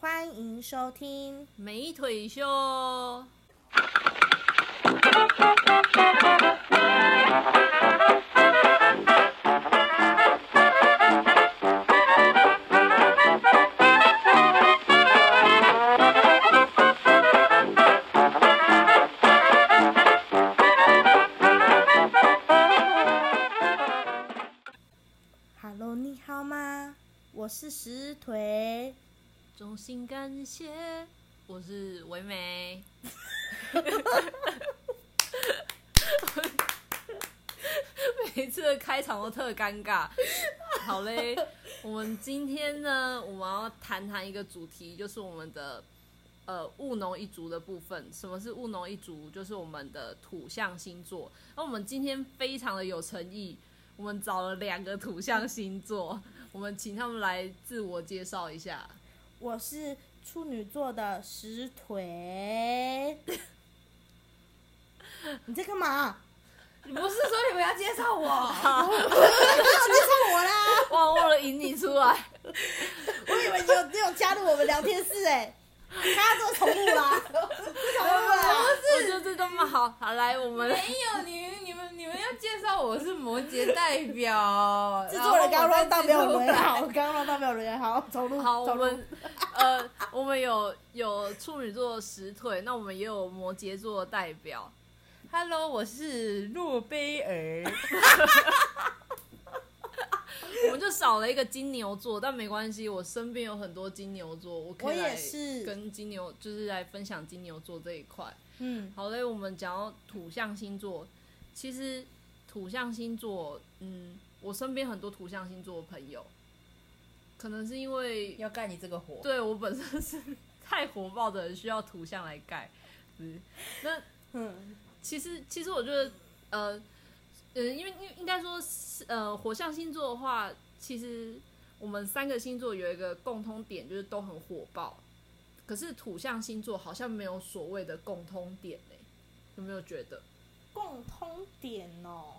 欢迎收听。美腿秀， Hello，你好吗？我是石腿。衷心感谢，我是唯美。每次的开场都特尴尬。好嘞，我们今天呢，我们要谈谈一个主题，就是我们的呃务农一族的部分。什么是务农一族？就是我们的土象星座。那我们今天非常的有诚意，我们找了两个土象星座，我们请他们来自我介绍一下。我是处女座的石 腿。你在干嘛？你不是说你们要介绍我？你要介绍我啦！哇，忘了引你出 来。 我以为你有你有加入我们聊天室哎、他要做宠物啦，是宠物啦。我觉得这么好，好来，我们没有你，你们你们要介绍我是摩羯代 表，制作人刚刚 round 到没有轮人好，刚刚 round 到没有人好，走路好，走我路。们呃，我们有有处女座的石腿，那我们也有摩羯座的代表。 Hello，我是诺贝尔， 我们就少了一个金牛座，但没关系，我身边有很多金牛座，我可以我也来是跟金牛就是来分享金牛座这一块。嗯，好嘞，我们讲到土象星座，其实土象星座，嗯，我身边很多土象星座的朋友，可能是因为要干你这个活。对我本身是太火爆的人，需要土象来盖。嗯，那嗯，其实其实我觉得，呃，呃，因为因为应该说是，呃，火象星座的话，其实我们三个星座有一个共通点，就是都很火爆。可是土象星座好像没有所谓的共通点呢、有没有觉得？共通点哦，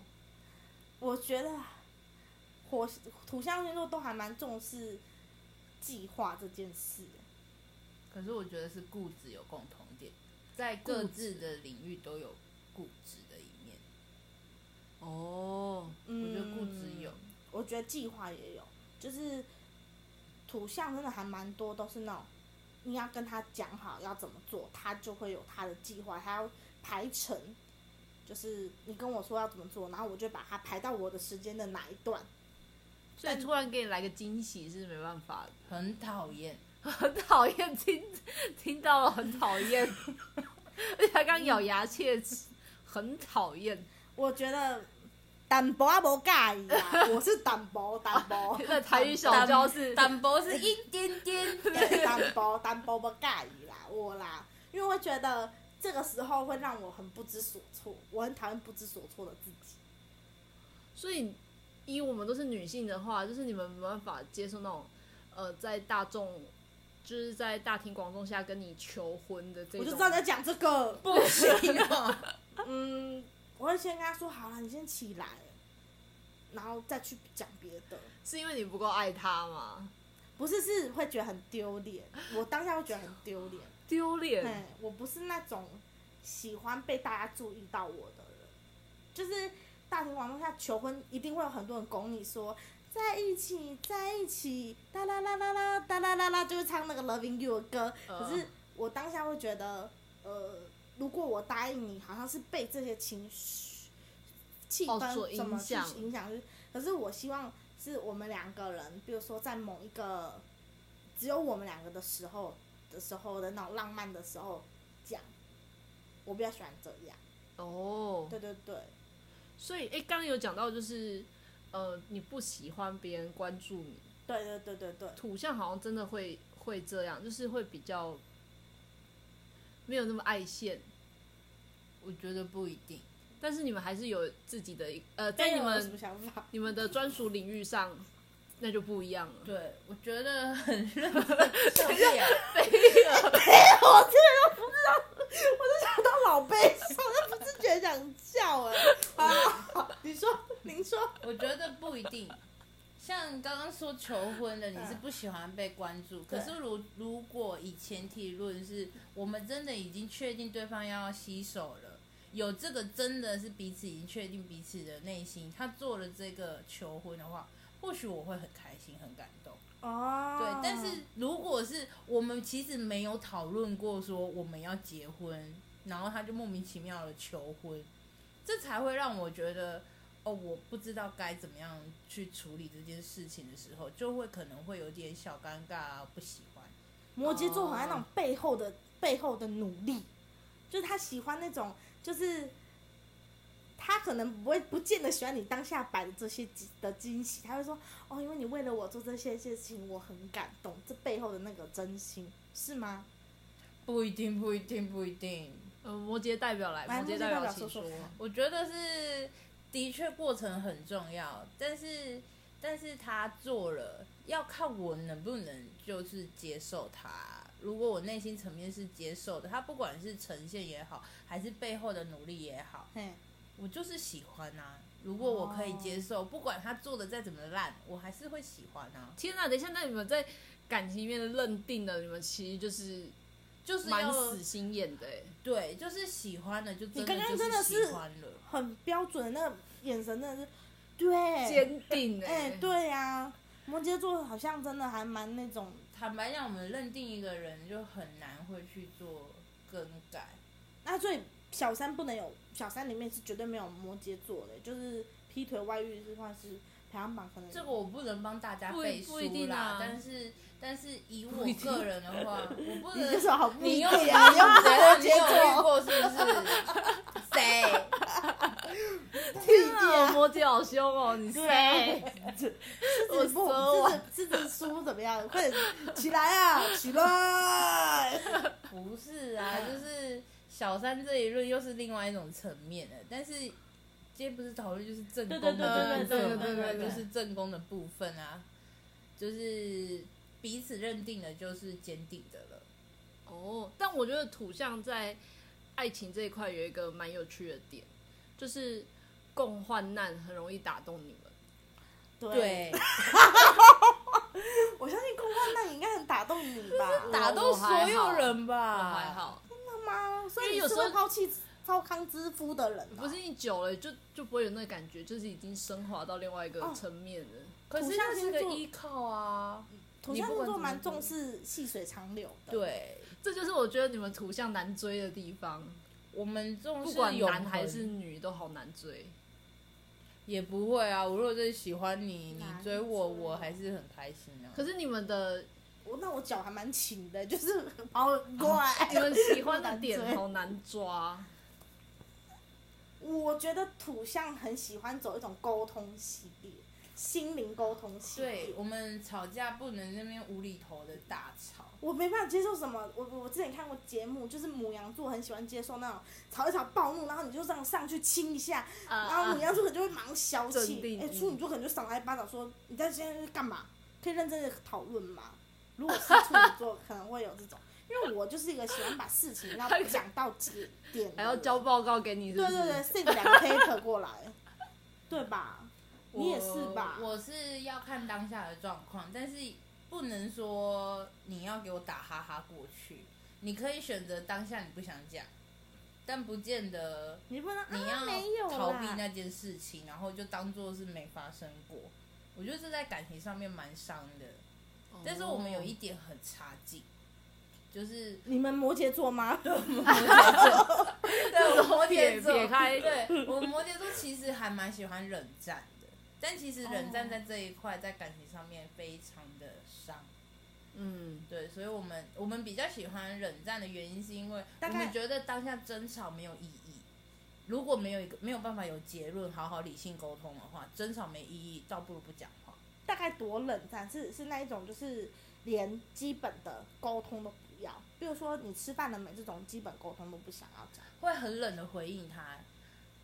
我觉得啊火土象星座都还蛮重视计划这件事的。可是我觉得是固执有共同点，在各自的领域都有固执的一面。哦，我觉得固执有，我觉得计划也有，就是土象真的还蛮多，都是那种你要跟他讲好要怎么做，他就会有他的计划，他要排程，就是你跟我说要怎么做，然后我就把它排到我的时间的哪一段。所以突然给你来个惊喜是没办法的，很讨厌。 很讨厌，听听到了很讨 厌，而且他刚咬牙切齿，很讨厌。我觉得淡薄啊无介意啦，我是淡薄淡薄那台语小教是嗯 胆薄是一点 点，对淡薄淡薄不介意啦，我啦，因为我觉得这个时候会让我很不知所措，我很讨厌不知所措的自己。 所以，以我们都是女性的话，就是你们没办法接受那种，呃，在大众，就是在大庭广众下跟你求婚的这我就种。知道 你在讲这个，不行啊！嗯，我会先跟他说好了，你先起来，然后再去讲别的。是因为你不够爱他吗？不是，是会觉得很丢脸。我当下会觉得很丢脸。丢脸。对，我不是那种喜欢被大家注意到我的人，就是大庭广众下求婚，一定会有很多人拱你说在一起，在一起，哒啦啦啦啦，哒啦啦啦，就是唱那个 Loving You 的歌。嗯可是我当下会觉得，呃，如果我答应你，好像是被这些情绪、气哦所氛怎么影去响影响。就是可是我希望是我们两个人，比如说在某一个只有我们两个的时候的时候的那种浪漫的时候讲，我比较喜欢这样。哦。对对对，所以，哎、刚刚有讲到就是，呃，你不喜欢别人关注你，对对对对对，土象好像真的会会这样，就是会比较没有那么爱现。我觉得不一定，但是你们还是有自己的一呃，但在你什么们想法？你们的专属领域上，那就不一样了。对我觉得很 认真。对呀，我真的都不知道，我就想到老悲伤，我就不自觉想笑哎、啊，你说，您说，我觉得不一定，像刚刚说求婚的，你是嗯不喜欢被关注。可对是如如果以前提论是我们真的已经确定对方要洗手了，有这个真的是彼此已经确定彼此的内心，他做了这个求婚的话，或许我会很开心很感动。哦，对，但嗯是如果是我们其实没有讨论过说我们要结婚，然后他就莫名其妙的求婚，这才会让我觉得哦，我不知道该怎么样去处理这件事情的时候，就会可能会有点小尴尬啊，不喜欢。摩羯座很爱那种背后的背后的努力，就是他喜欢那种，就是他可能不会不见得喜欢你当下摆的这些惊的惊喜，他会说哦，因为你为了我做这些事情，我很感动，这背后的那个真心是吗？不一定，不一定，不一定。呃，摩羯代表来，来摩羯摩羯代表说请说我觉得是的确过程很重要，但是但是他做了，要看我能不能就是接受他。如果我内心层面是接受的，他不管是呈现也好，还是背后的努力也好，嘿，我就是喜欢啊。如果我可以接受，哦不管他做的再怎么烂，我还是会喜欢啊。天哪，等一下，那你们在感情里面的认定的，你们其实就是就是蛮要死心眼的欸，对，就是喜欢了就真你刚的刚就真的喜是欢了。很标准的那个眼神，真的是对，坚定哎、哎，对呀、摩羯座好像真的还蛮那种，坦白讲，我们认定一个人就很难会去做更改。那所以小三不能有，小三里面是绝对没有摩羯座的，就是劈腿、外遇是算是排行榜可能这个我不能帮大家不一背不一书定啦，啊但是但是以我不一定个人的 话，我不你这能。首好你又又你又啊，你又 摩怎样？你有遇羯座，过是不是？谁？天啊，啊！摩羯好凶哦，你谁？狮子不，我狮子狮子叔怎么样？快点起来啊，起来！ 不是啊，就是小三这一论又是另外一种层面的，但是。今天不是讨论就是正宫的部分嘛，对对对对对对对对就是正宫的部分啊，就是彼此认定的，就是坚定的了。哦，但我觉得土象在爱情这一块有一个蛮有趣的点，就是共患难很容易打动你们。对，对，我相信共患难应该很打动你吧？ 打动所有人我吧，还好，真的吗？所因为以有你时是候会抛弃超康之夫的人啊，不是你久了就就不会有那个感觉，就是已经升华到另外一个哦层面了。可土是象那是星个座依靠啊。土你象星不管座怎么蛮做重视细水长流的。，对，这就是我觉得你们土象难追的地方，我们重不视管永男恒还是女都好难追。也不会啊。我如果真的喜欢你，你难追我，追我还是很开心啊。可是你们的我那我脚还蛮勤的，就是 跑很快。你们喜欢的难点追好难抓，我觉得土象很喜欢走一种沟通系列，心灵沟通系列对。我们吵架不能那边无厘头的大吵，我没办法接受什么，我我我之前看过节目，就是母羊座很喜欢接受那种吵一吵暴怒，然后你就这样上去亲一下，啊然后啊母羊座可能就会马上消镇气定，哎、嗯处女座可能就赏他一巴掌说你在现在在干嘛？可以认真的讨论吗？如果是处女座，可能会有这种，因为我就是一个喜欢把事情 要讲到节点，还要交。报告给你是不对是，对对，send 两个 paper 过 来，对吧？你也是吧？我我是要看当下的状况，但是不能说你要给我打哈哈过去。你可以选择当下你不想讲，但不见得你不能啊，你要没有逃避啦那件事情，然后就当做是没发生过。我觉得这在感情上面蛮伤的，哦但是我们有一点很差劲，就是你们摩羯座吗？ 对我摩羯座，撇开对我摩羯座其实还蛮喜欢冷战的，但其实冷战在这一块在感情上面非常的伤。嗯。对，所以我们我们比较喜欢冷战的原因，是因为我大概们觉得当下争吵没有意义。如果没有一个没有办法有结论，好好理性沟通的话，争吵没意义，倒不如不讲话。大概多冷战？是是那一种，就是连基本的沟通都不要，比如说你吃饭了没这种基本沟通都不想要讲。会很冷的回应他，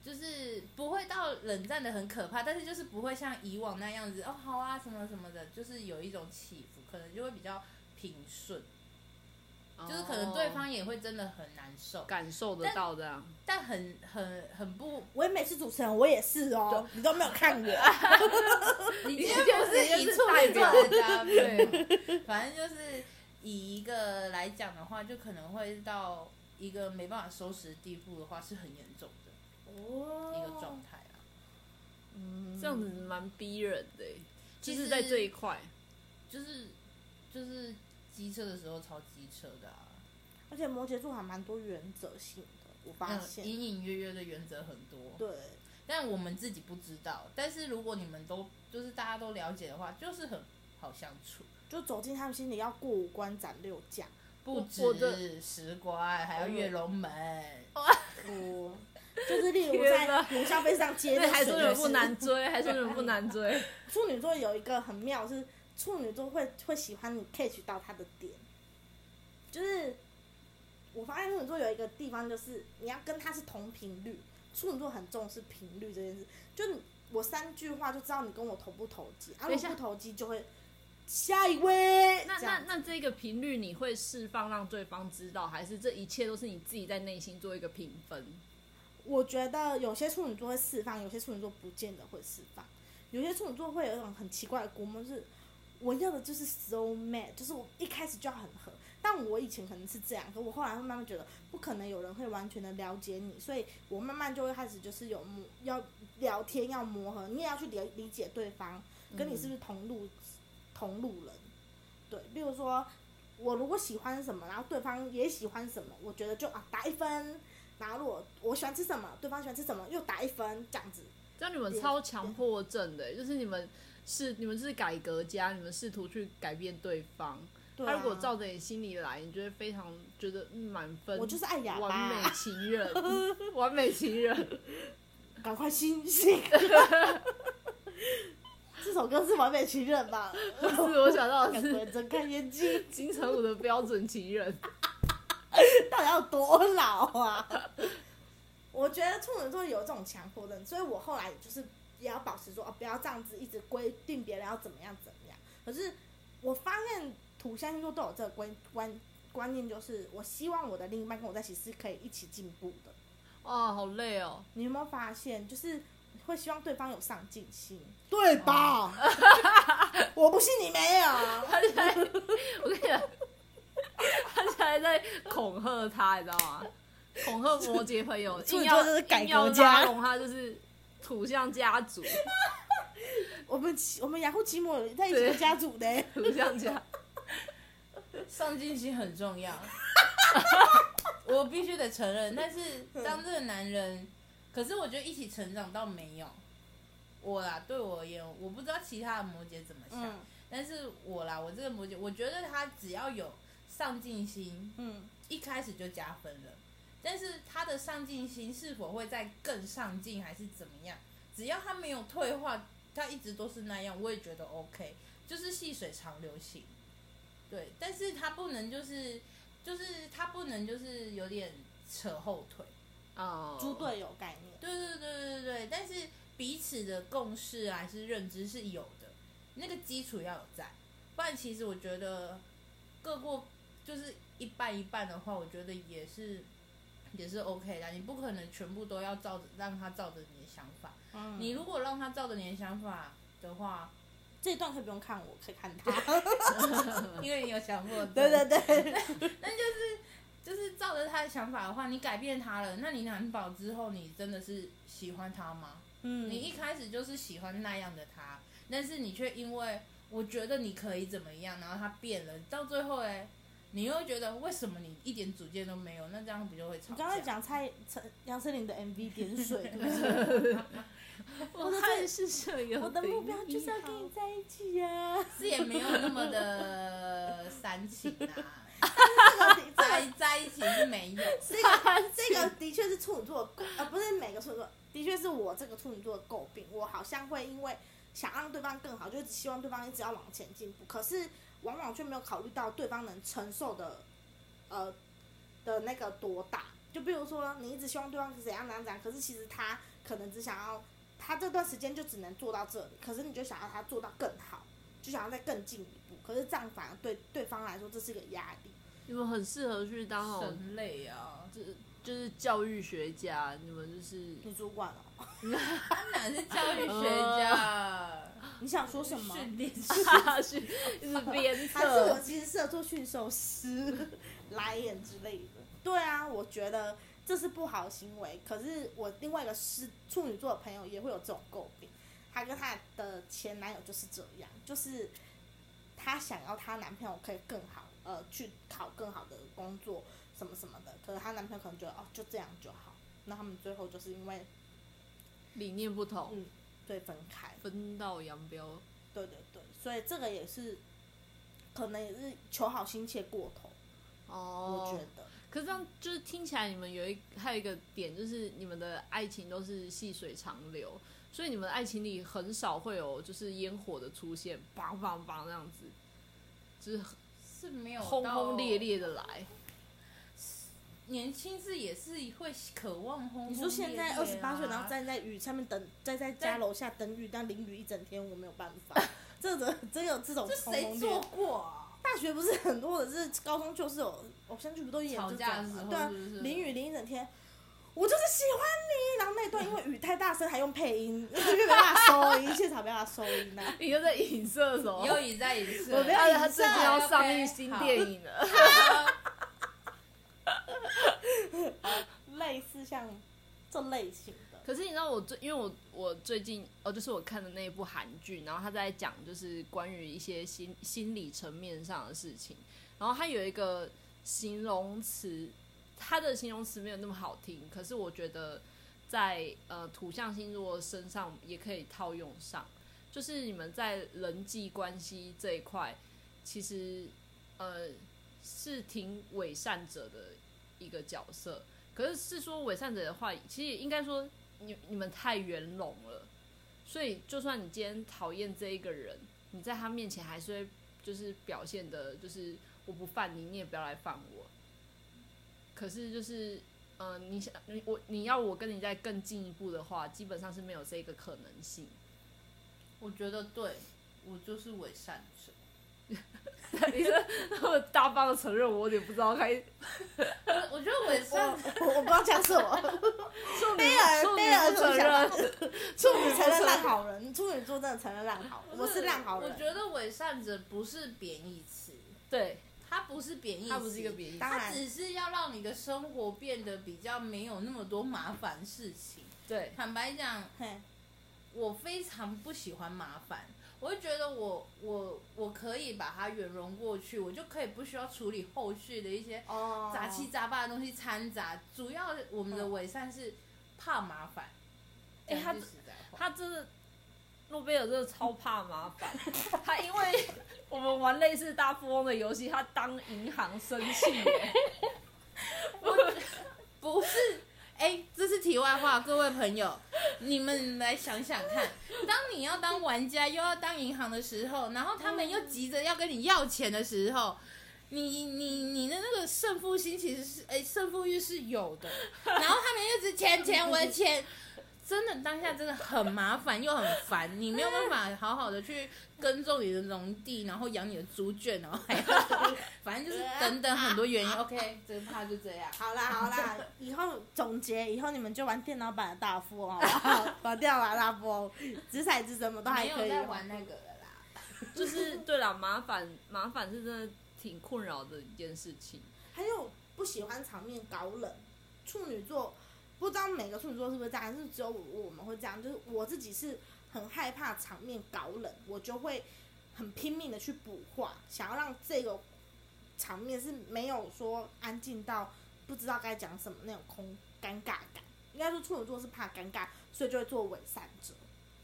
就是不会到冷战的很可怕，但是就是不会像以往那样子哦，好啊，什么什么的，就是有一种起伏，可能就会比较平顺。就是可能对方也会真的很难受，哦感受得到这样。但很很很不，我也每次主持人，我也是哦，你都没有看我，你因今为天不不是是一一触触代代表表的 搭配，反正就是以一个来讲的话，就可能会到一个没办法收拾的地步的话，是很严重的哦 一个状态嗯啊。这样子蛮逼人的欸，就其是实在这一块，就是就是机车的时候超机车的啊，而且摩羯座还蛮多原则性的，我发嗯，现。隐隐约约的原则很多，对，但我们自己不知道。但是如果你们都就是大家都了解的话，就是很好相处。就走进他们心里要过五关斩六将。不我的止石关，还要跃龙门。哦，就是例如天哪在母校飞上接的对，还水说就人是不难追，还说人不难追， 处女座有一个很妙是，处女座会会喜欢你 catch 到他的点，就是我发现处女座有一个地方就是你要跟他是同频率，处女座很重视频率这件事，就你我三句话就知道你跟我投不投机，啊，等如一下果不投机就会下一位，那这那样那这个频率你会释放让对方知道，还是这一切都是你自己在内心做一个评分？我觉得有些处女座会释放，有些处女座不见得会释放。有些处女座会有一种很奇怪的估摸，就是我要的就是 so mad，就是我一开始就要很合。但我以前可能是这样，可我后来会慢慢觉得不可能有人会完全的了解你，所以我慢慢就会开始就是有磨要聊天要磨合，你也要去理理解对方跟你是不是同路、同路人。对，例如说我如果喜欢什么，然后对方也喜欢什么，我觉得就啊打一分。然后如果我喜欢吃什么，对方喜欢吃什么，又打一分这样子。这样你们超强迫症的欸、就是你们是你们是改革家，你们试图去改变对方。对啊他如果照着你心里来，你就会非常觉得嗯满分。我就是爱哑巴完美情人， 完美情人。 赶快清醒。 这首歌是完美情人吧？不是，我想到的 两是个睁开眼睛，金城武的标准 情人。到底要多老啊？ 我觉得处女座有这种强迫症，所以我后来就是也要保持说哦，不要这样子一直规定别人要怎么样怎么样。可是我发现土象星座都有这个观观观念，就是我希望我的另一半跟我在一起是可以一起进步的。哦，好累哦。你有没有发现，就是会希望对方有上进心，哦对吧？我不信你没有。他现在， 我跟你讲，他现在在恐吓他，你知道吗？恐吓摩羯朋 友，处硬女座要就是改硬要革家拉拢他，就是土象 家族， 我们我们雅虎奇摩在一起的家族 的，土象家。上进心很重要，我必须得承认。但是当这个男人，可是我觉得一起成长倒没有。我啦，对我而言，我不知道其他的摩羯怎么想，嗯但是我啦，我这个摩羯，我觉得他只要有上进心，嗯，一开始就加分了。但是他的上进心是否会再更上进，还是怎么样？只要他没有退化，他一直都是那样，我也觉得 OK，就是细水长流型。对，但是他不能就是就是他不能就是有点扯后腿。哦，猪队友概念。对对对对对，但是彼此的共识啊，还是认知是有的，那个基础要有在，不然其实我觉得各过就是一半一半的话，我觉得也是也是 OK 的啊。你不可能全部都要照着让他照着你的想法，嗯，你如果让他照着你的想法的话，这一段可以不用看我，可以看他。因为你有 想过，嗯对对对， 就是照着他的想法的话，你改变他了，那你难保之后你真的是喜欢他吗？嗯，你一开始就是喜欢那样的他，但是你却因为我觉得你可以怎么样，然后他变了，到最后哎，你又觉得为什么你一点主见都没有？那这样不就会吵你架？刚才讲蔡陈杨丞琳的 MV 点水，对 不对？我还是舍友。我的目标就是要跟你在一起 呀、啊。是也没有那么的煽情啊，这个 在在一起是没有，这个这个的确是处女座的诟，呃，不是每个处女座，的确是我这个处女座的诟病。我好像会因为想让对方更好，就只希望对方一直要往前进步，可是往往却没有考虑到对方能承受的，呃，的那个多大。就比如说，你一直希望对方是怎样怎样怎样，可是其实他可能只想要，他这段时间就只能做到这里，可是你就想要他做到更好，就想要再更进一步，可是这样反而对对方来说这是一个压力。你们很适合去当那哦种神类啊！就是教育学家，你们 就是女主管哦，他哪是教育学家？你想哦说什么？训练哈去一直鞭还是我策，其实适合做驯兽师、 来演之类的。对啊，我觉得这是不好的行为。可是我另外一个是处女座的朋友也会有这种诟病，她跟她的前男友就是这样，就是她想要她男朋友可以更好，呃，去考更好的工作什么什么的。可是她男朋友可能觉得哦，就这样就好。那他们最后就是因为理念不同，嗯，对分开。分道扬镳。对对对，所以这个也是可能也是求好心切过头，我哦觉，得。可是这样就是听起来你们有一还有一个点，就是你们的爱情都是细水长流，所以你们的爱情里很少会有就是烟火的出现，梆梆梆那样子，就是是没有轰到轰烈。烈的来。年轻是也是会渴望轰轰烈烈、啊。你说现在二十八啊岁，然后站在雨下面等，在在家楼下等雨，但淋雨一整天，我没有办法。这个真有这种这轰谁轰烈烈做过、啊？大学不是很多的是高中就是有偶像剧不都演吵这种架的吗时候对啊是不是，淋雨淋一整天。我就是喜欢你，然后那一段因为雨太大声，还用配音，就是没办法收音， 现场没办法收音啊呢、你又在影射什么？啊又一再一次，我不要他影他射最近要，OK，上映新好电影了。类似像这类型的，可是你知道我最，因为我我最近哦，就是我看的那一部韩剧，然后他在讲就是关于一些心心理层面上的事情，然后他有一个形容词，他的形容词没有那么好听，可是我觉得在呃土象星座身上也可以套用上，就是你们在人际关系这一块，其实呃是挺伪善者的一个角色，可是是说伪善者的话，其实应该说你你们太圆融了，所以就算你今天讨厌这一个人，你在他面前还是会就是表现的，就是我不犯你，你也不要来犯我。可是就是，呃，你想你我你要我跟你再更进一步的话，基本上是没有这个可能性。 我觉得对，我就是伪善者。你说我大方的承认，我有点不知道该我觉得伪我善我我不知道讲什么。 处女贝尔处女贝尔不怎么承想认到，处女才能烂好人，处女座真的才能烂好人。我是烂好人，我觉得伪善者不是贬义词，对，它不是贬义词，他不是一个贬义词，当它然只是要让你的生活变得比较没有那么多麻烦事情。对，坦白讲，嘿，我非常不喜欢麻烦，我会觉得我我我可以把它圆融过去，我就可以不需要处理后续的一些哦杂七杂八的东西掺杂。主要我们的伪善是怕麻烦。哎讲句他实在话他真的，诺贝尔真的超怕麻烦。 他因为我们玩类似大富翁的游戏，他当银行生气 耶。不是，哎、这是题外话，各位朋友，你们来想想看，当你要当玩家又要当银行的时候，然后他们又急着要跟你要钱的时候。你你你的那个胜负心其实是哎、胜负欲是有的，然后他们又一直钱钱我的钱，真的当下真的很麻烦又很烦，你没有办法好好的去耕种你的农地，然后养你的猪圈，然后还要反正就是等等很多原因。OK，这个怕就这样。好啦好 啦，以后总结，以后你们就玩电脑版的大富翁好不 好？玩电脑版的大富翁，掷骰子什么都还没可有以啊在。玩那个了啦。就是对了，麻烦麻烦是真的挺困扰的一件事情。还有不喜欢场面高冷，处女座不知道每个处女座是不是这样，还是只有我我们会这样。就是我自己是很害怕场面高冷，我就会很拼命的去补话，想要让这个场面是没有说安静到不知道该讲什么那种空尴尬感。应该说处女座是怕尴尬，所以就会做伪善者。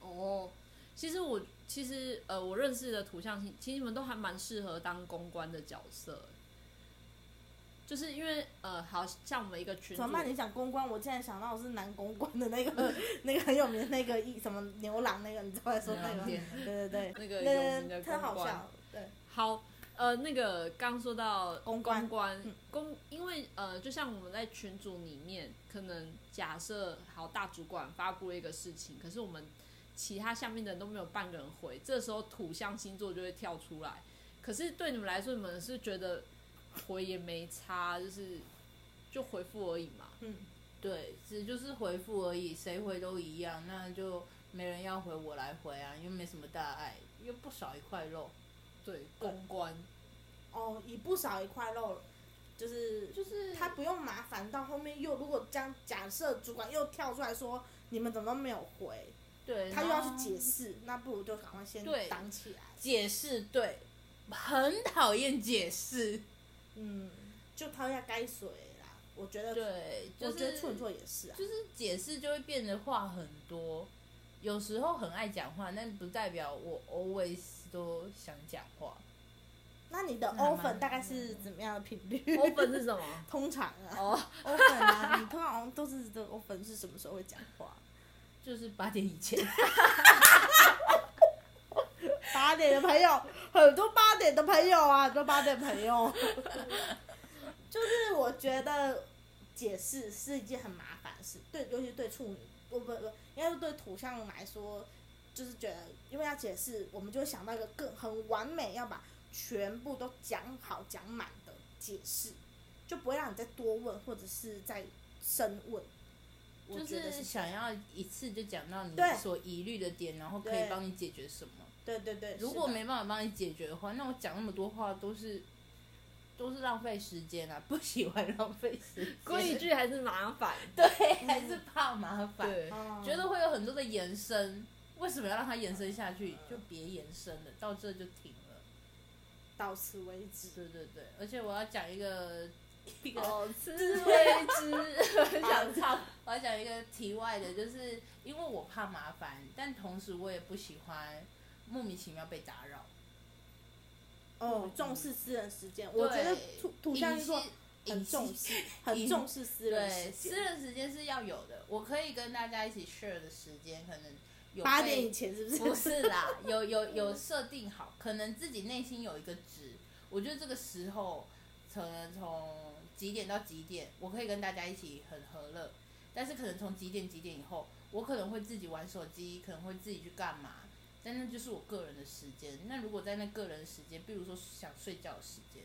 哦，其实我其实呃，我认识的图像性，其实你们都还蛮适合当公关的角色。就是因为呃，好像我们一个群怎么组办？你讲公关，我竟然想到的是男公关的那个 那个很有名的那个一什么牛郎那个，你知道在说那个吗？天对对对，那个有名对，的公特好关笑，对，好，呃，那个刚说到公关公关嗯公，因为呃，就像我们在群组里面，可能假设好大主管发布了一个事情，可是我们其他下面的人都没有半个人回，这时候土象星座就会跳出来。可是对你们来说，你们是觉得回也没差，就是就回复而已嘛。对，只就是回复而已，谁回都一样，那就没人要回，我来回啊，又没什么大碍，又不少一块肉。对，公关哦，以不少一块肉，就是就是他不用麻烦到后面又如果这样假设主管又跳出来说你们怎么都没有回，对，他又要去然后解释，那不如就赶快先对挡起来。解释，对，很讨厌解释，嗯，就掏一下该水啦。我觉得，对，就呃我是觉得处女座也是啊。就是解释就会变得话很多，有时候很爱讲话，但不代表我 always 都想讲话。那你的那还欧蛮粉大概是怎么样的频率？欧本是什 么？通常啊，哦，欧粉啊，你通常都是这欧粉是什么时候会讲话？就是八点以前，八点的朋友，很多八点的朋友啊，很多八点朋友。 就是我觉得解释是一件很麻烦的事，对，尤其对处女，不不不，应该是对土象来说，就是觉得因为要解释，我们就会想到一个更很完美，要把全部都讲好讲满的解释，就不会让你再多问或者是再深问。 我就觉得是是想要一次就讲到你对所疑虑的点，然后可对以帮你解决什么。对对对，如果是的没办法帮你解决的话，那我讲那么多话都是都是浪费时间啊， 不喜欢浪费时间，规矩还是麻烦。对，还是怕麻烦，对，哦觉得会有很多的延伸，为什么要让它延伸下去？就别延伸了，到这就停了。到此为止。对对对，而且我要讲一个一个哦，此为 之，很想唱。我要讲一个题外的，就是因为我怕麻烦，但同时我也不喜欢莫名其妙被打扰。哦，重视私人时间，我觉得对土土象隐星座私很隐私重视， 很重视私人对，时私间。人时间是要有的，我可以跟大家一起 share 的时间，可能有八被点以前是不是？ 不是啦，有有有设定好，可能自己内心有一个值，我觉得这个时候可能从几点到几点，我可以跟大家一起很和乐，但是可能从几点几点以后，我可能会自己玩手机，可能会自己去干嘛，但那就是我个人的时间。那如果在那个人的时间，比如说想睡觉的时间，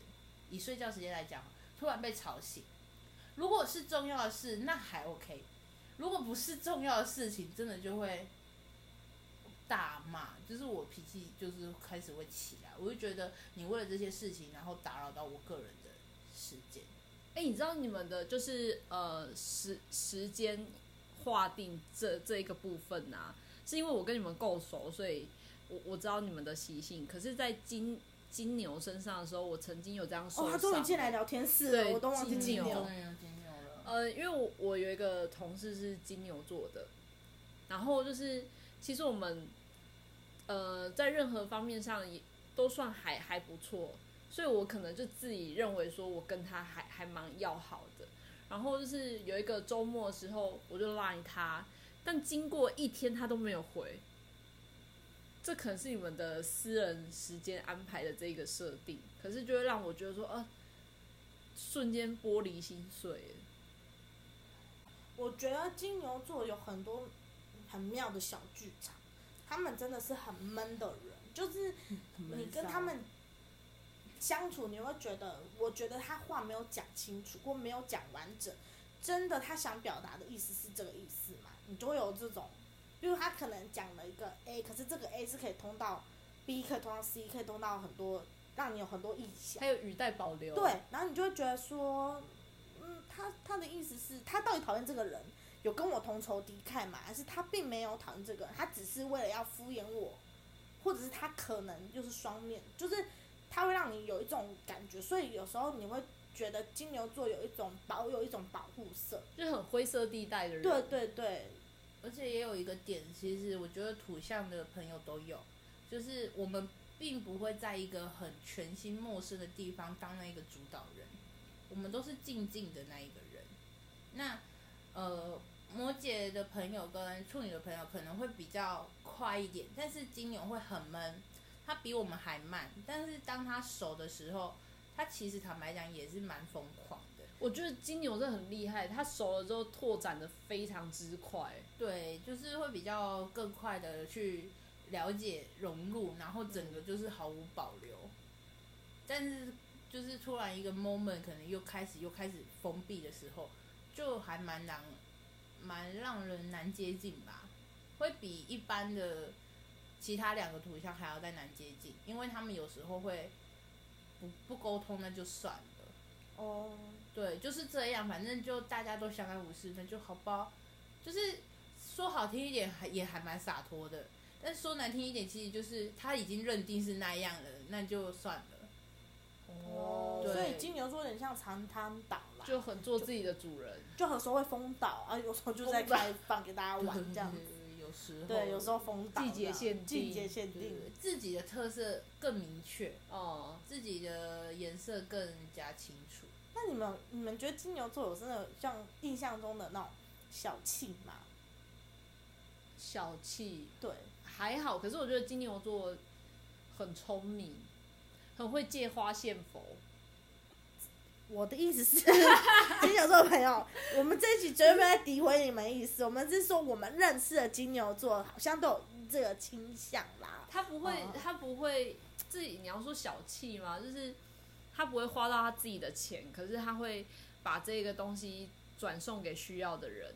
以睡觉时间来讲，突然被吵醒，如果是重要的事，那还 OK。如果不是重要的事情，真的就会大骂，就是我脾气就是开始会起来，我就觉得你为了这些事情，然后打扰到我个人的时间。哎、你知道你们的就是呃时时间划定这这一个部分啊，是因为我跟你们够熟，所以我我知道你们的习性。可是，在金金牛身上的时候，我曾经有这样受哦，伤。他终于进来聊天室了，对我都忘记金金牛牛终。于有金牛了，呃，因为我我有一个同事是金牛座的，然后就是其实我们呃在任何方面上也都算还还不错，所以我可能就自己认为说我跟他还还蛮要好的。然后就是有一个周末的时候，我就赖他，但经过一天他都没有回。这可能是你们的私人时间安排的这个设定，可是就会让我觉得说，呃，瞬间玻璃心碎了。我觉得金牛座有很多很妙的小剧场，他们真的是很闷的人，就是你跟他们相处，你会觉得，我觉得他话没有讲清楚或没有讲完整，真的他想表达的意思是这个意思嘛？你就会有这种，比如他可能讲了一个 A，可是这个 A 是可以通到 B，可以通到 C，可以通到很多，让你有很多意想。还有语带保留。对，然后你就会觉得说，嗯，他他的意思是，他到底讨厌这个人，有跟我同仇敌忾嘛？还是他并没有讨厌这个人，他只是为了要敷衍我，或者是他可能就是双面，就是他会让你有一种感觉，所以有时候你会觉得金牛座有一种保有一种保护色。就是很灰色地带的人。对对对，而且也有一个点，其实我觉得土象的朋友都有，就是我们并不会在一个很全新陌生的地方当那个主导人，我们都是静静的那一个人。那呃，摩羯的朋友跟处女的朋友可能会比较快一点，但是金牛会很闷，他比我们还慢。但是当他熟的时候，他其实坦白讲也是蛮疯狂的。我觉得金牛真的很厉害，他熟了之后拓展的非常之快。对，就是会比较更快的去了解融入，然后整个就是毫无保留。但是就是突然一个 moment，可能又开始又开始封闭的时候，就还蛮难，蛮让人难接近吧，会比一般的其他两个图像还要再难接近，因为他们有时候会不不沟通，那就算了。哦，对，就是这样，反正就大家都相安无事，那就好吧。就是说好听一点，还也还蛮洒脱的；但说难听一点，其实就是他已经认定是那样了，那就算了。哦，对所以金牛座有点像长滩岛啦，就很做自己的主人。就有时候会封岛啊，有时候就在开放给大家 玩这样子。对有时候对，有时候封岛这样哦季节限定季节限对定，自己的特色更明确，哦，自己的颜色更加清楚。那你们你们觉得金牛座有真的像印象中的那种小气吗？小气对，还好，可是我觉得金牛座很聪明，很会借花献佛。我的意思是， 金牛座的朋友，我们这一集绝对没有在诋毁你们的意思，我们是说我们认识的金牛座好像都有这个倾向啦。他不会，哦嗯他不会自己。你要说小气嘛，就是他不会花到他自己的钱，可是他会把这个东西转送给需要的人。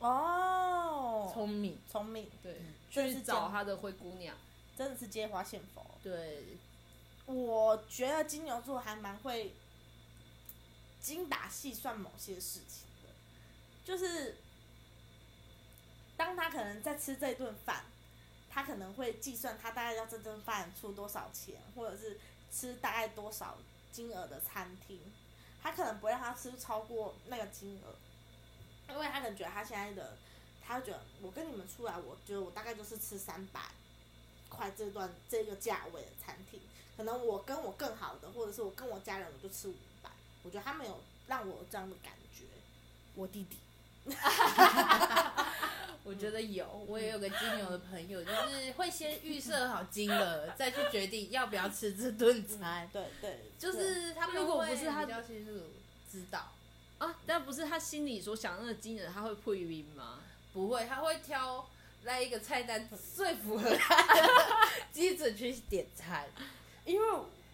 哦，聪明，聪明，对，真去是找找他的灰姑娘。真的是借花献佛。对，我觉得金牛座还蛮会精打细算某些事情的，就是当他可能在吃这顿饭，他可能会计算他大概要这顿饭出多少钱，或者是吃大概多少金额的餐厅，他可能不会让他吃超过那个金额，因为他可能觉得他现在的，他会觉得我跟你们出来，我觉得我大概就是吃三百块这段这个价位的餐厅。可能我跟我更好的，或者是我跟我家人，我就吃五百。我觉得他没有让我有这样的感觉。我弟弟，我觉得有，我也有个金牛的朋友，就是会先预设好金额，再去决定要不要吃这顿餐。对对，就对是他们如果不是他比较清楚知道，啊，但不是他心里所想的那个金额，他会破音 吗？不会，他会挑那一个菜单最符合他的基准去点餐。因为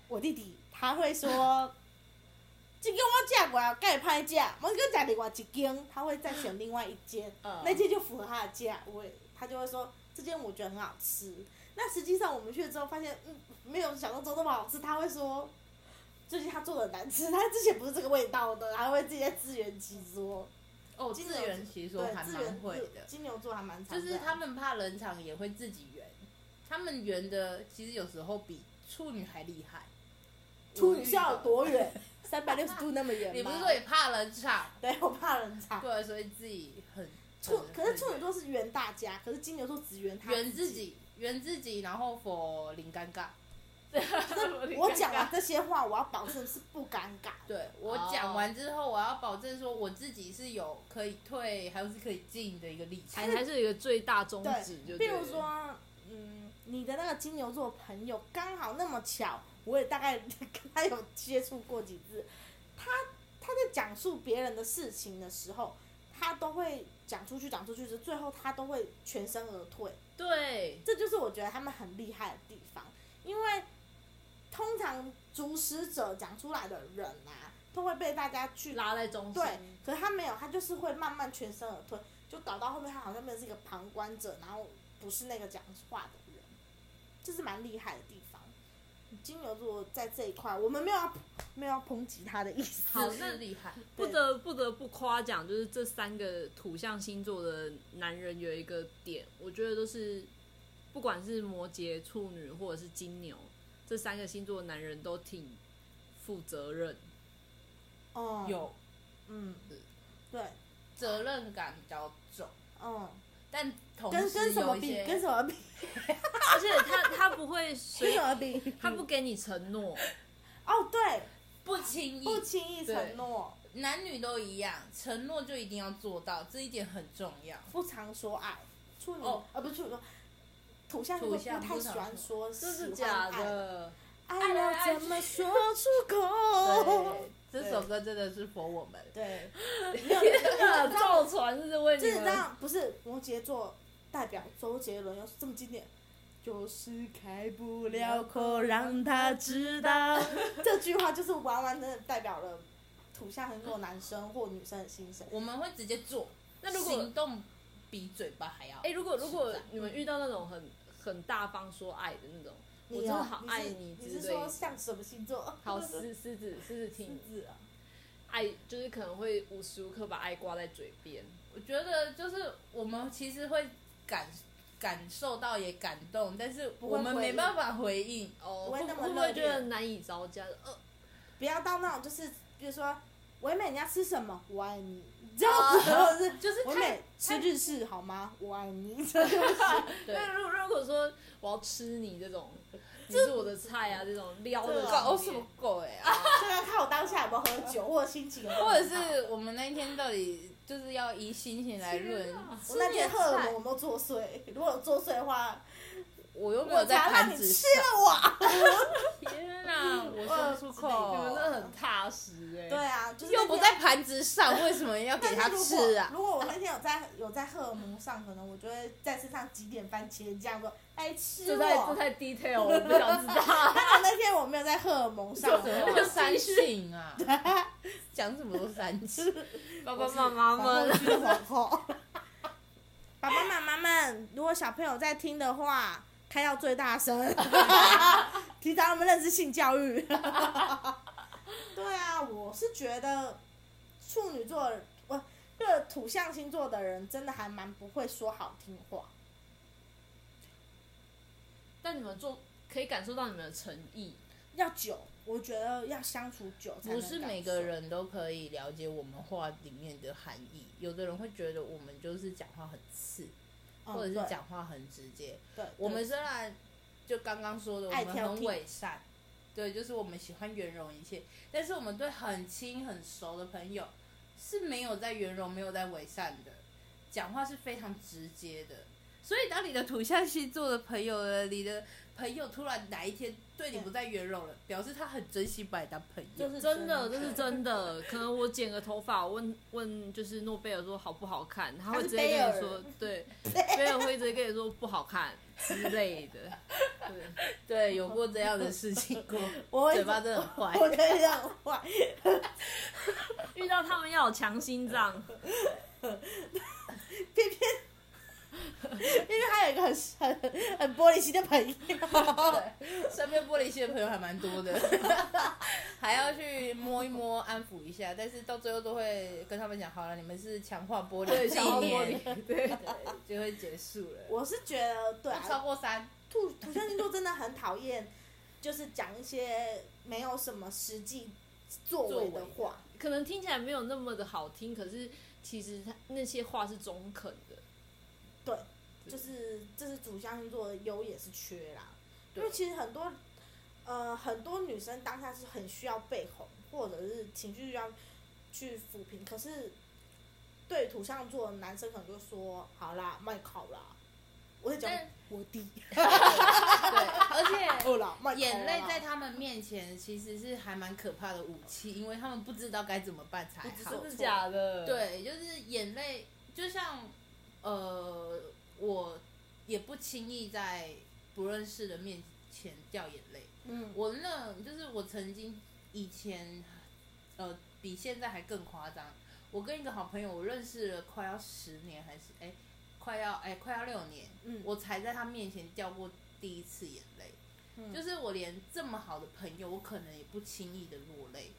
我弟弟他会说，这间我吃过，该拍价，我跟吃另外一间，他会再选另外一间，嗯那间就符合他的价位，他就会说这间我觉得很好吃。那实际上我们去了之后发现，嗯，没有想象中那么好吃。他会说，最近他做的难吃，他之前不是这个味道的，还会自己在自圆其说。 哦，金自牛圆其说对，还自蛮圆会自的，金牛座还蛮常就是这样他们怕冷场也会自己圆，他们圆的其实有时候比处女还厉害。处女下有多 远？三百六十度那么远吗你不是说也怕冷场？对我怕人查对，所以自己很处，很可是处女座是圆大家，可是金牛座只圆他圆自。己，圆自己，然后否零尴尬。我讲完这些话，我要保证是不尴尬。对我哦讲完之后，我要保证说我自己是有可以退，还有是可以进的一个立场还。还是有一个最大宗旨，对，比就对了如说，嗯，你的那个金牛座朋友刚好那么巧，我也大概 跟他有接触过几次，他他在讲述别人的事情的时候，他都会讲出去讲出去，就最后他都会全身而退。对，这就是我觉得他们很厉害的地方，因为通常主使者讲出来的人啊，都会被大家去，拉在中心，对可是他没有，他就是会慢慢全身而退，就搞到后面他好像变成是一个旁观者，然后不是那个讲话的人，这是蛮厉害的地方。金牛座在这一块，我们没有要没有要抨击他的意思，好自那制厉害，不得不得不夸奖，就是这三个土象星座的男人有一个点，我觉得都是不管是摩羯、处女或者是金牛，这三个星座的男人都挺负责任， 哦，，有嗯，对，责任感比较重，嗯，但同跟时跟什么有一比？些跟什么比？而且他他不会跟 随什么 比？他不给你承诺，哦，对，不轻易不，轻易对承诺。男女都一样，承诺就一定要做到，这一点很重要。不常说爱，处女哦呃不是处女座，土象座不土象太不喜常欢说这是喜欢假爱，的，爱要怎么说出口对？，这首歌真的是佛我们。对，造船是为这你是们让不是摩羯座代表周杰伦，又是这么经典，就是开不了口让他知道。这句话就是完完整整代表了土象很多男生或女生的心声。我们会直接做。那如果行动比嘴巴还要， 哎、如果如果实在你们遇到那种很很大方说爱的那种，我你真哦的好爱你之是，你是类说的。像什么星座？好狮狮子狮子听狮子啊，爱就是可能会无时无刻把爱挂在嘴边，我觉得就是我们其实会感感受到也感动，但是不会我们回没应办法回应。哦，不会会那么会不热会觉烈得难以招架？呃，不要到那种就是，比如说唯美你要吃什么？我爱你， 这样子或者是就是唯太美吃日式好吗？我爱 你，这就对那如果如果说我要吃你这种，你是我的菜啊，这种撩的这 搞什么鬼啊！就要看我当下有没有喝酒或者心情有没有不好， 或者是我们那一天到底就是要以心情来论天，啊我那天荷尔蒙有没有作祟？如果有作祟的话，我又没我有在才让盘你子吃上，了我。天啊，我我说不出哦你们真口，的很踏实哎、对啊，就是又不那天在盘子上，为什么要给他但是如果吃啊？如果我那天有在有在荷尔蒙上，可能我就会在身上挤点番茄酱说，哎吃这我。太这但 太 detail，我不想知道。我那天我没有在荷尔蒙 上，怎么那么煽情啊？ 讲什么都煽情，爸爸妈妈们，去皇后。爸爸妈妈们，如果小朋友在听的话，开到最大 声，提早我们认识性教育。 对啊，我是觉得处女座，我这个土象星座的人真的还蛮不会说好听话。但你们做可以感受到你们的诚意，要久，我觉得要相处久才能 不是感每个受。人都可以了解我们话里面的含义。有的人会觉得我们就是讲话很刺，嗯或者对是讲话很直接。对，我们对虽然就刚刚说的，我爱们挑剔很伪善，对，就是我们喜欢圆融一切，但是我们对很亲很熟的朋友是没有在圆融，没有在伪善的，讲话是非常直接的。所以当你的土象星座的朋友了，你的朋友突然哪一天对你不再圆融了，表示他很珍惜把你当朋友。就是真的，这是真的。可能我剪个头发，问问就是诺贝尔说好不好看，他会直接跟你说，对，贝尔会直接跟你说不好看之类的。对，对，有过这样的事情过， 我会嘴巴真的很坏。我觉得很坏，遇到他们要有强心脏，偏偏因为他有一个很很很玻璃心的朋友， 对，身边玻璃心的朋友还蛮多 的，还要去摸一摸、安抚一下，但是到最后都会跟他们讲，好了，你们是强化玻璃，对，一想要摸你年，对，就会结束了。我是觉得对、 不超啊，过三，土土象星座真的很讨厌，就是讲一些没有什么实际作为的作为话，可能听起来没有那么的好听，可是其实他那些话是中肯的。就是这是土象星座的优也是缺啦，因对为其实很多呃很多女生当下是很需要被哄，或者是情绪需要去抚平，可是对土象座的男生可能就说好啦，卖烤啦，我 在讲但我弟，对，而且。够了，卖烤啦眼泪在他们面前其实是还蛮可怕的武器，因为他们不知道该怎么办才不知好道。是假的？，对，就是眼泪，就像呃，我也不轻易在不认识的面前掉眼泪。嗯我那就是我曾经以前，呃，比现在还更夸张。我跟一个好朋友，我认识了快要十年，还是哎、快要哎、快要六年，嗯，我才在他面前掉过第一次眼泪。嗯就是我连这么好的朋友，我可能也不轻易的落泪。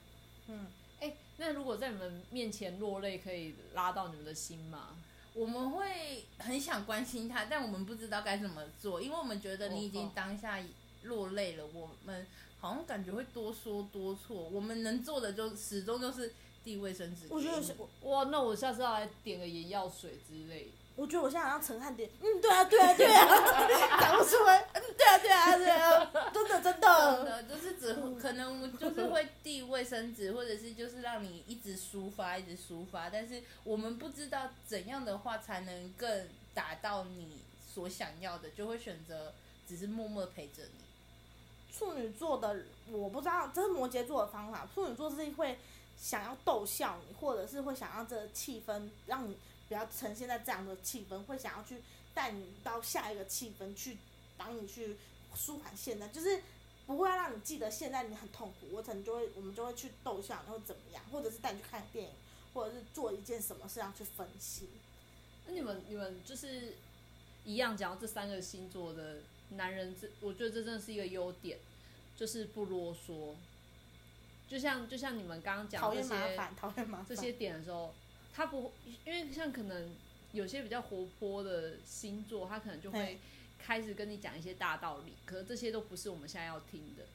嗯哎、那如果在你们面前落泪，可以拉到你们的心吗？我们会很想关心他，但我们不知道该怎么做，因为我们觉哦得你已经当下落泪了，我们好像感觉会多说多错，我们能做的就始终就是递卫生纸给你。我觉得是我。哇，那我下次要来点个眼药水之类的。我觉得我现在好像陈汉典，嗯，对啊，对啊，对啊，讲不出来，嗯，对啊，对啊，对啊，真的，真真的，的就是只嗯可能我就是会递卫生纸， 或者是就是让你一直抒发，一直抒发，但是我们不知道怎样的话才能更达到你所想要的，就会选择只是默默地陪着你。处女座的我不知道，这是摩羯座的方法。处女座是会想要逗笑你，或者是会想要这个气氛让你不要呈现在这样的气氛，会想要去带你到下一个气氛去当你去舒缓现在，就是不会让你记得现在你很痛苦，我可能就会我们就会去逗笑你，或怎么样，或者是带你去看电影，或者是做一件什么事让去分析。那你们你们就是一样讲到这三个星座的男人，这我觉得这真的是一个优点，就是不啰嗦。就像就像你们刚刚讲讨这厌麻些烦，讨厌啊麻烦。这些点的时候，他不因为像可能有些比较活泼的星座，他可能就会对开始跟你讲一些大道理，可是这些都不是我们现在要听的。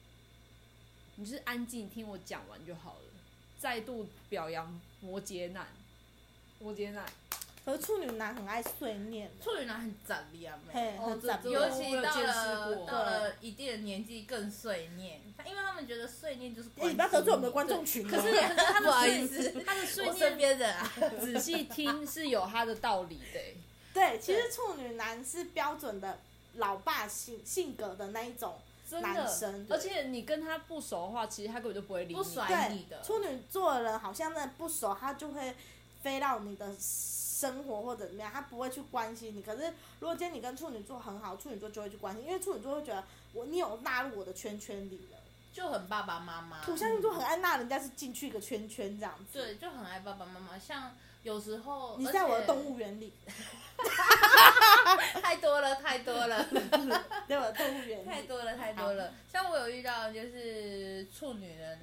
你就是安静听我讲完就好了。再度表扬摩羯男，摩羯男，可是处女男很爱碎念的，处女男很斩凉嘿，哦很这杂这尤糅其我有到见识了过到了一定的年纪更碎念，他因为他们觉得碎念就是哎关你不要得罪我们的心观众群哦。可是可是他的不好碎意思他的碎我身念边的啊，仔细听是有他的道理的 欸、对，其实处女男是标准的老爸性性格的那一种，真男生对的。而且你跟他不熟的话，其实他根本就不会理你。不甩爱对你的处女座的人好像那不熟，他就会飞到你的生活或者怎么样，他不会去关心你。可是如果今天你跟处女座很好，处女座就会去关心，因为处女座会觉得我你有纳入我的圈圈里了。就很爸爸妈妈。土象星座很爱纳人家是进去一个圈圈这样子。嗯对，，就很爱爸爸妈妈。像有时候你在我的动物物园里， 太多了，太多了。 在我的动物园太里，多了，太多了。像我有遇到就是处女的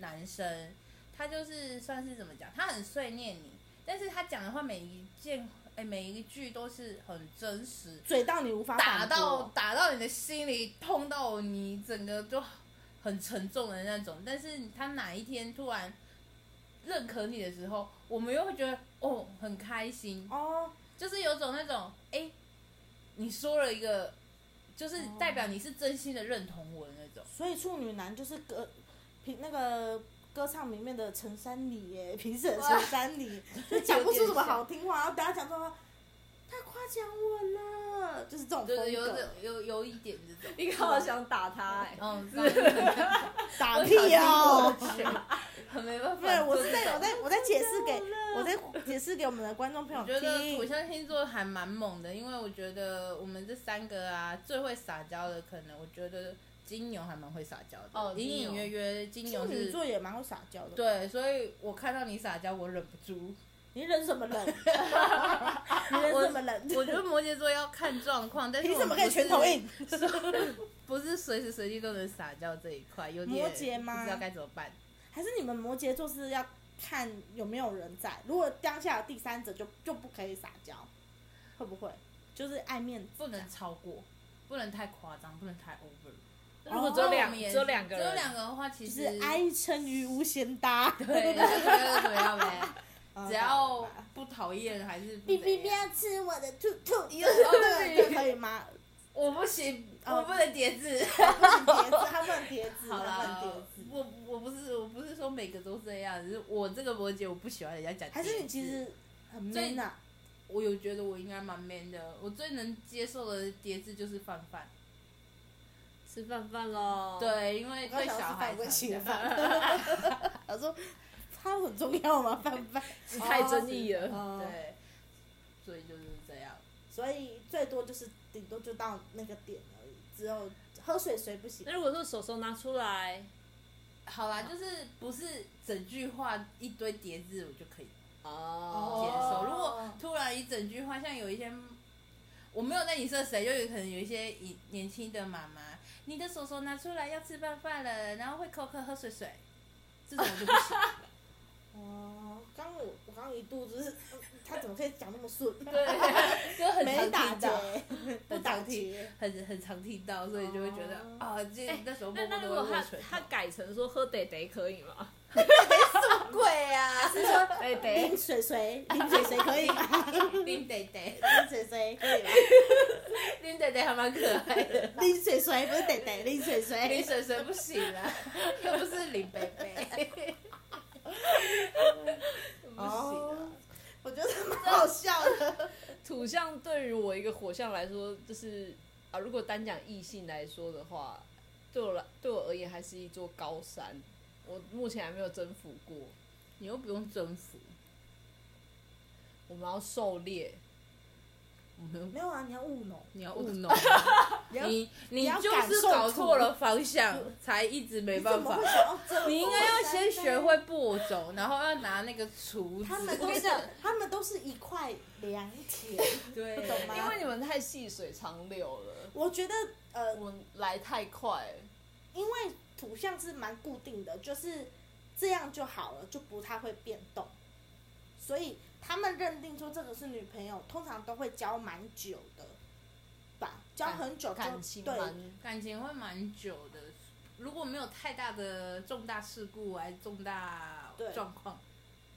男生，他就是算是怎么讲，他很碎念你，但是他讲的话每一件哎、每一句都是很真实，嘴到你无法打反驳到打到你的心里，痛到你整个就很沉重的那种。但是他哪一天突然认可你的时候，我们又会觉得哦很开心，哦，就是有种那种哎、诶你说了一个，就是哦代表你是真心的认同我的那种。所以处女男就是歌平那个歌唱里面的陈珊妮 耶，评审陈珊妮，就讲不出什么好听话，然后大家讲说他夸奖我了，就是这种风就是有格种，有有一点这种，你看我想打他、哎欸，哦 嗯，打屁哦！很没办法。对，我是在有我在我在解释给我在解释给我们的观众朋友哦我觉得土听。象星座还蛮猛的，因为我觉得我们这三个啊，最会撒娇的，可能我觉得金牛还蛮会撒娇的，哦隐金隐牛约约金牛处女是，座也蛮会撒娇的，对，所以我看到你撒娇，我忍不住。你忍什么忍？ 你忍什么忍？我觉 得摩羯座要看状况， 但是凭什么我们可以不全是投硬？不是随时随地都能撒娇这一块，有点摩羯吗不知道该怎么办。还是你们摩羯座是要看有没有人在，如果当下有第三者就就不可以撒娇，会不会？就是爱面子，不能超过，不能太夸张，不能太 over。如果只有哦我两们也只有两个只有人，两个的话，其哦就实是哀成于无贤达。对，就是不要怎么样呗。嗯只要不讨厌还是不哔哔怎不样要吃我的兔兔，哦，对啊这个可以吗？我不行，哦我不能叠字。他不能叠字，他不能叠字，他好不能啦叠字。，我我不是我不是说每个都这样，只是我这个摩羯我不喜欢人家讲叠字。还是你其实很 man 啊？我有觉得我应该蛮 man 的，我最能接受的叠字就是范范。吃饭饭喽。，哦对，因为我刚对想要小吃饭，孩我会常吃讲。 啊饭。 我说他很重要吗？范范，太争议了。哦对，所以就是这样。所以最多就是顶多就到那个点而已，只有喝水水不行那。如果说手手拿出来，好啦，就是不是整句话一堆叠字我就可以接哦受。哦如果突然一整句话，像有一些我没有在影射谁，就有可能有一些年年轻的妈妈，你的手手拿出来要吃饭饭了，然后会口渴喝水水，这种我就不行。哦，刚我我刚一度就是，嗯他怎么可以讲那么顺？对， 就很没打常听结到，，不打结。很很常听到，所以就会觉得哦啊，这哎那时候那默默那都如会果他握拳他头。改成说喝得得可以吗？贵啊，是说得林水水，林水水可以吗？林得得，林水水可以吗？林得得还蛮可爱的。林水水不是得得，林水水。林婶婶不行啦，又不是林贝贝， 不行哦啊。，我觉得蛮好笑的。土象对于我一个火象来说，就是啊，如果单讲异性来说的话，对我来对我而言还是一座高山，我目前还没有征服过。你又不用征服，我们要狩猎，我没有，没有啊，你要务农，你要务农，你要你你你要就感是受搞土错了方向，才一直没你怎办么法会。想要这？你应该要先学会步骤，然后要拿那个锄他们子。都是，他们都是一块良田，对，懂吗因为你们太细水长流了，我觉得呃，我们来太快了，因为土象是蛮固定的，就是这样就好了，就不太会变动。所以他们认定说这个是女朋友，通常都会交蛮久的吧，交感很久就感情对蛮感情会蛮久的，如果没有太大的重大事故还是重大对状况，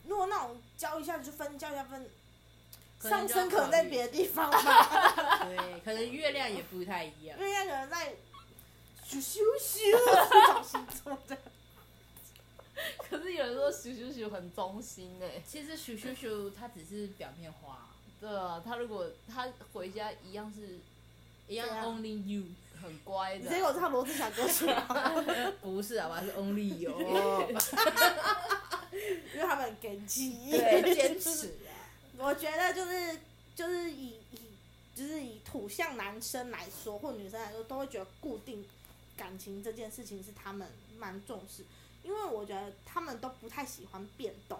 如果那种交一下就分，交一下分，可上能就要升可能在考虑别的地方吧，对， 可能月亮也不太一样因。为那个人在咻咻咻找星座 的，可是有人说徐徐徐很忠心哎、其实咻咻咻，它只是表面化，对啊，他如果他回家一样是一样对啊 Only You， 很乖你的啊、这个我知道罗志祥歌曲啊，不是好吧？是 Only You，哦因为他们很给力。对，坚持啊。我觉得就是就是以以就是以土象男生来说，或女生来说，都会觉得固定感情这件事情是他们蛮重视，因为我觉得他们都不太喜欢变动，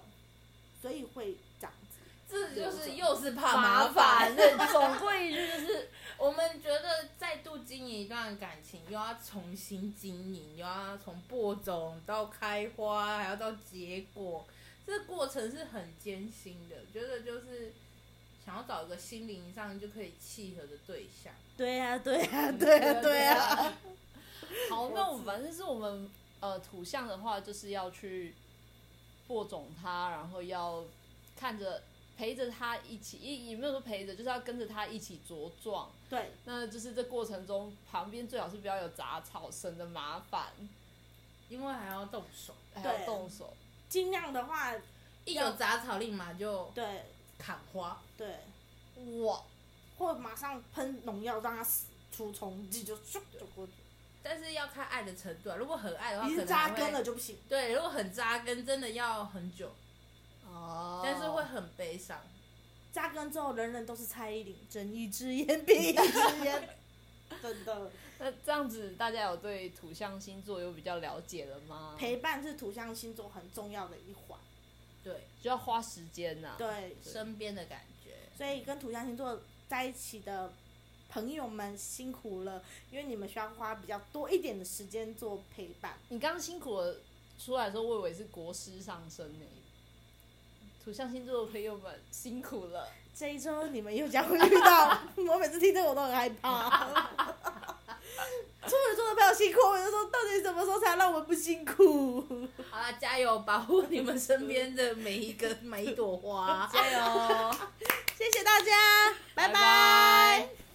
所以会这样子。这就是有又是怕麻麻烦，，烦那总归一句就是，我们觉得再度经营一段感情，又要重新经营，又要从播种到开花，还要到结果，这过程是很艰辛的。觉得就是想要找一个心灵上就可以契合的对象，对呀、啊对呀、对啊呀、对啊呀、好，那我反正是我们呃土象的话，就是要去播种它，然后要看着陪着它一起，也也没有说陪着，就是要跟着它一起茁壮。对，那就是这过程中，旁边最好是不要有杂草，省得麻烦，因为还要动手，还要对动手。尽量的话，一有杂草立马就对砍花。对，哇，或马上喷农药让它死除虫剂，就咻就过去，但是要看爱的程度啊，如果很爱的话，已可经能还扎会根了。就不行。对，如果很扎根，真的要很久，哦但是会很悲伤。扎根之后，人人都是蔡依林，睁一只眼闭一只眼， 真的。那这样子，大家有对土象星座有比较了解了吗？陪伴是土象星座很重要的一环，对，就要花时间啊呐、对，身边的感觉。所以跟土象星座在一起的朋友们辛苦了，因为你们需要花比较多一点的时间做陪伴。你刚刚辛苦了出来的时候，我以为是国师上身呢、土象星座的朋友们辛苦了，这一周你们又将会遇 到，我每次听这个我都很害 怕。处女座的朋友辛苦，我就说到底什么时候才让我不辛苦？好啦，加油，保护你们身边的每一个每一朵花，加油！谢谢大家，拜拜拜拜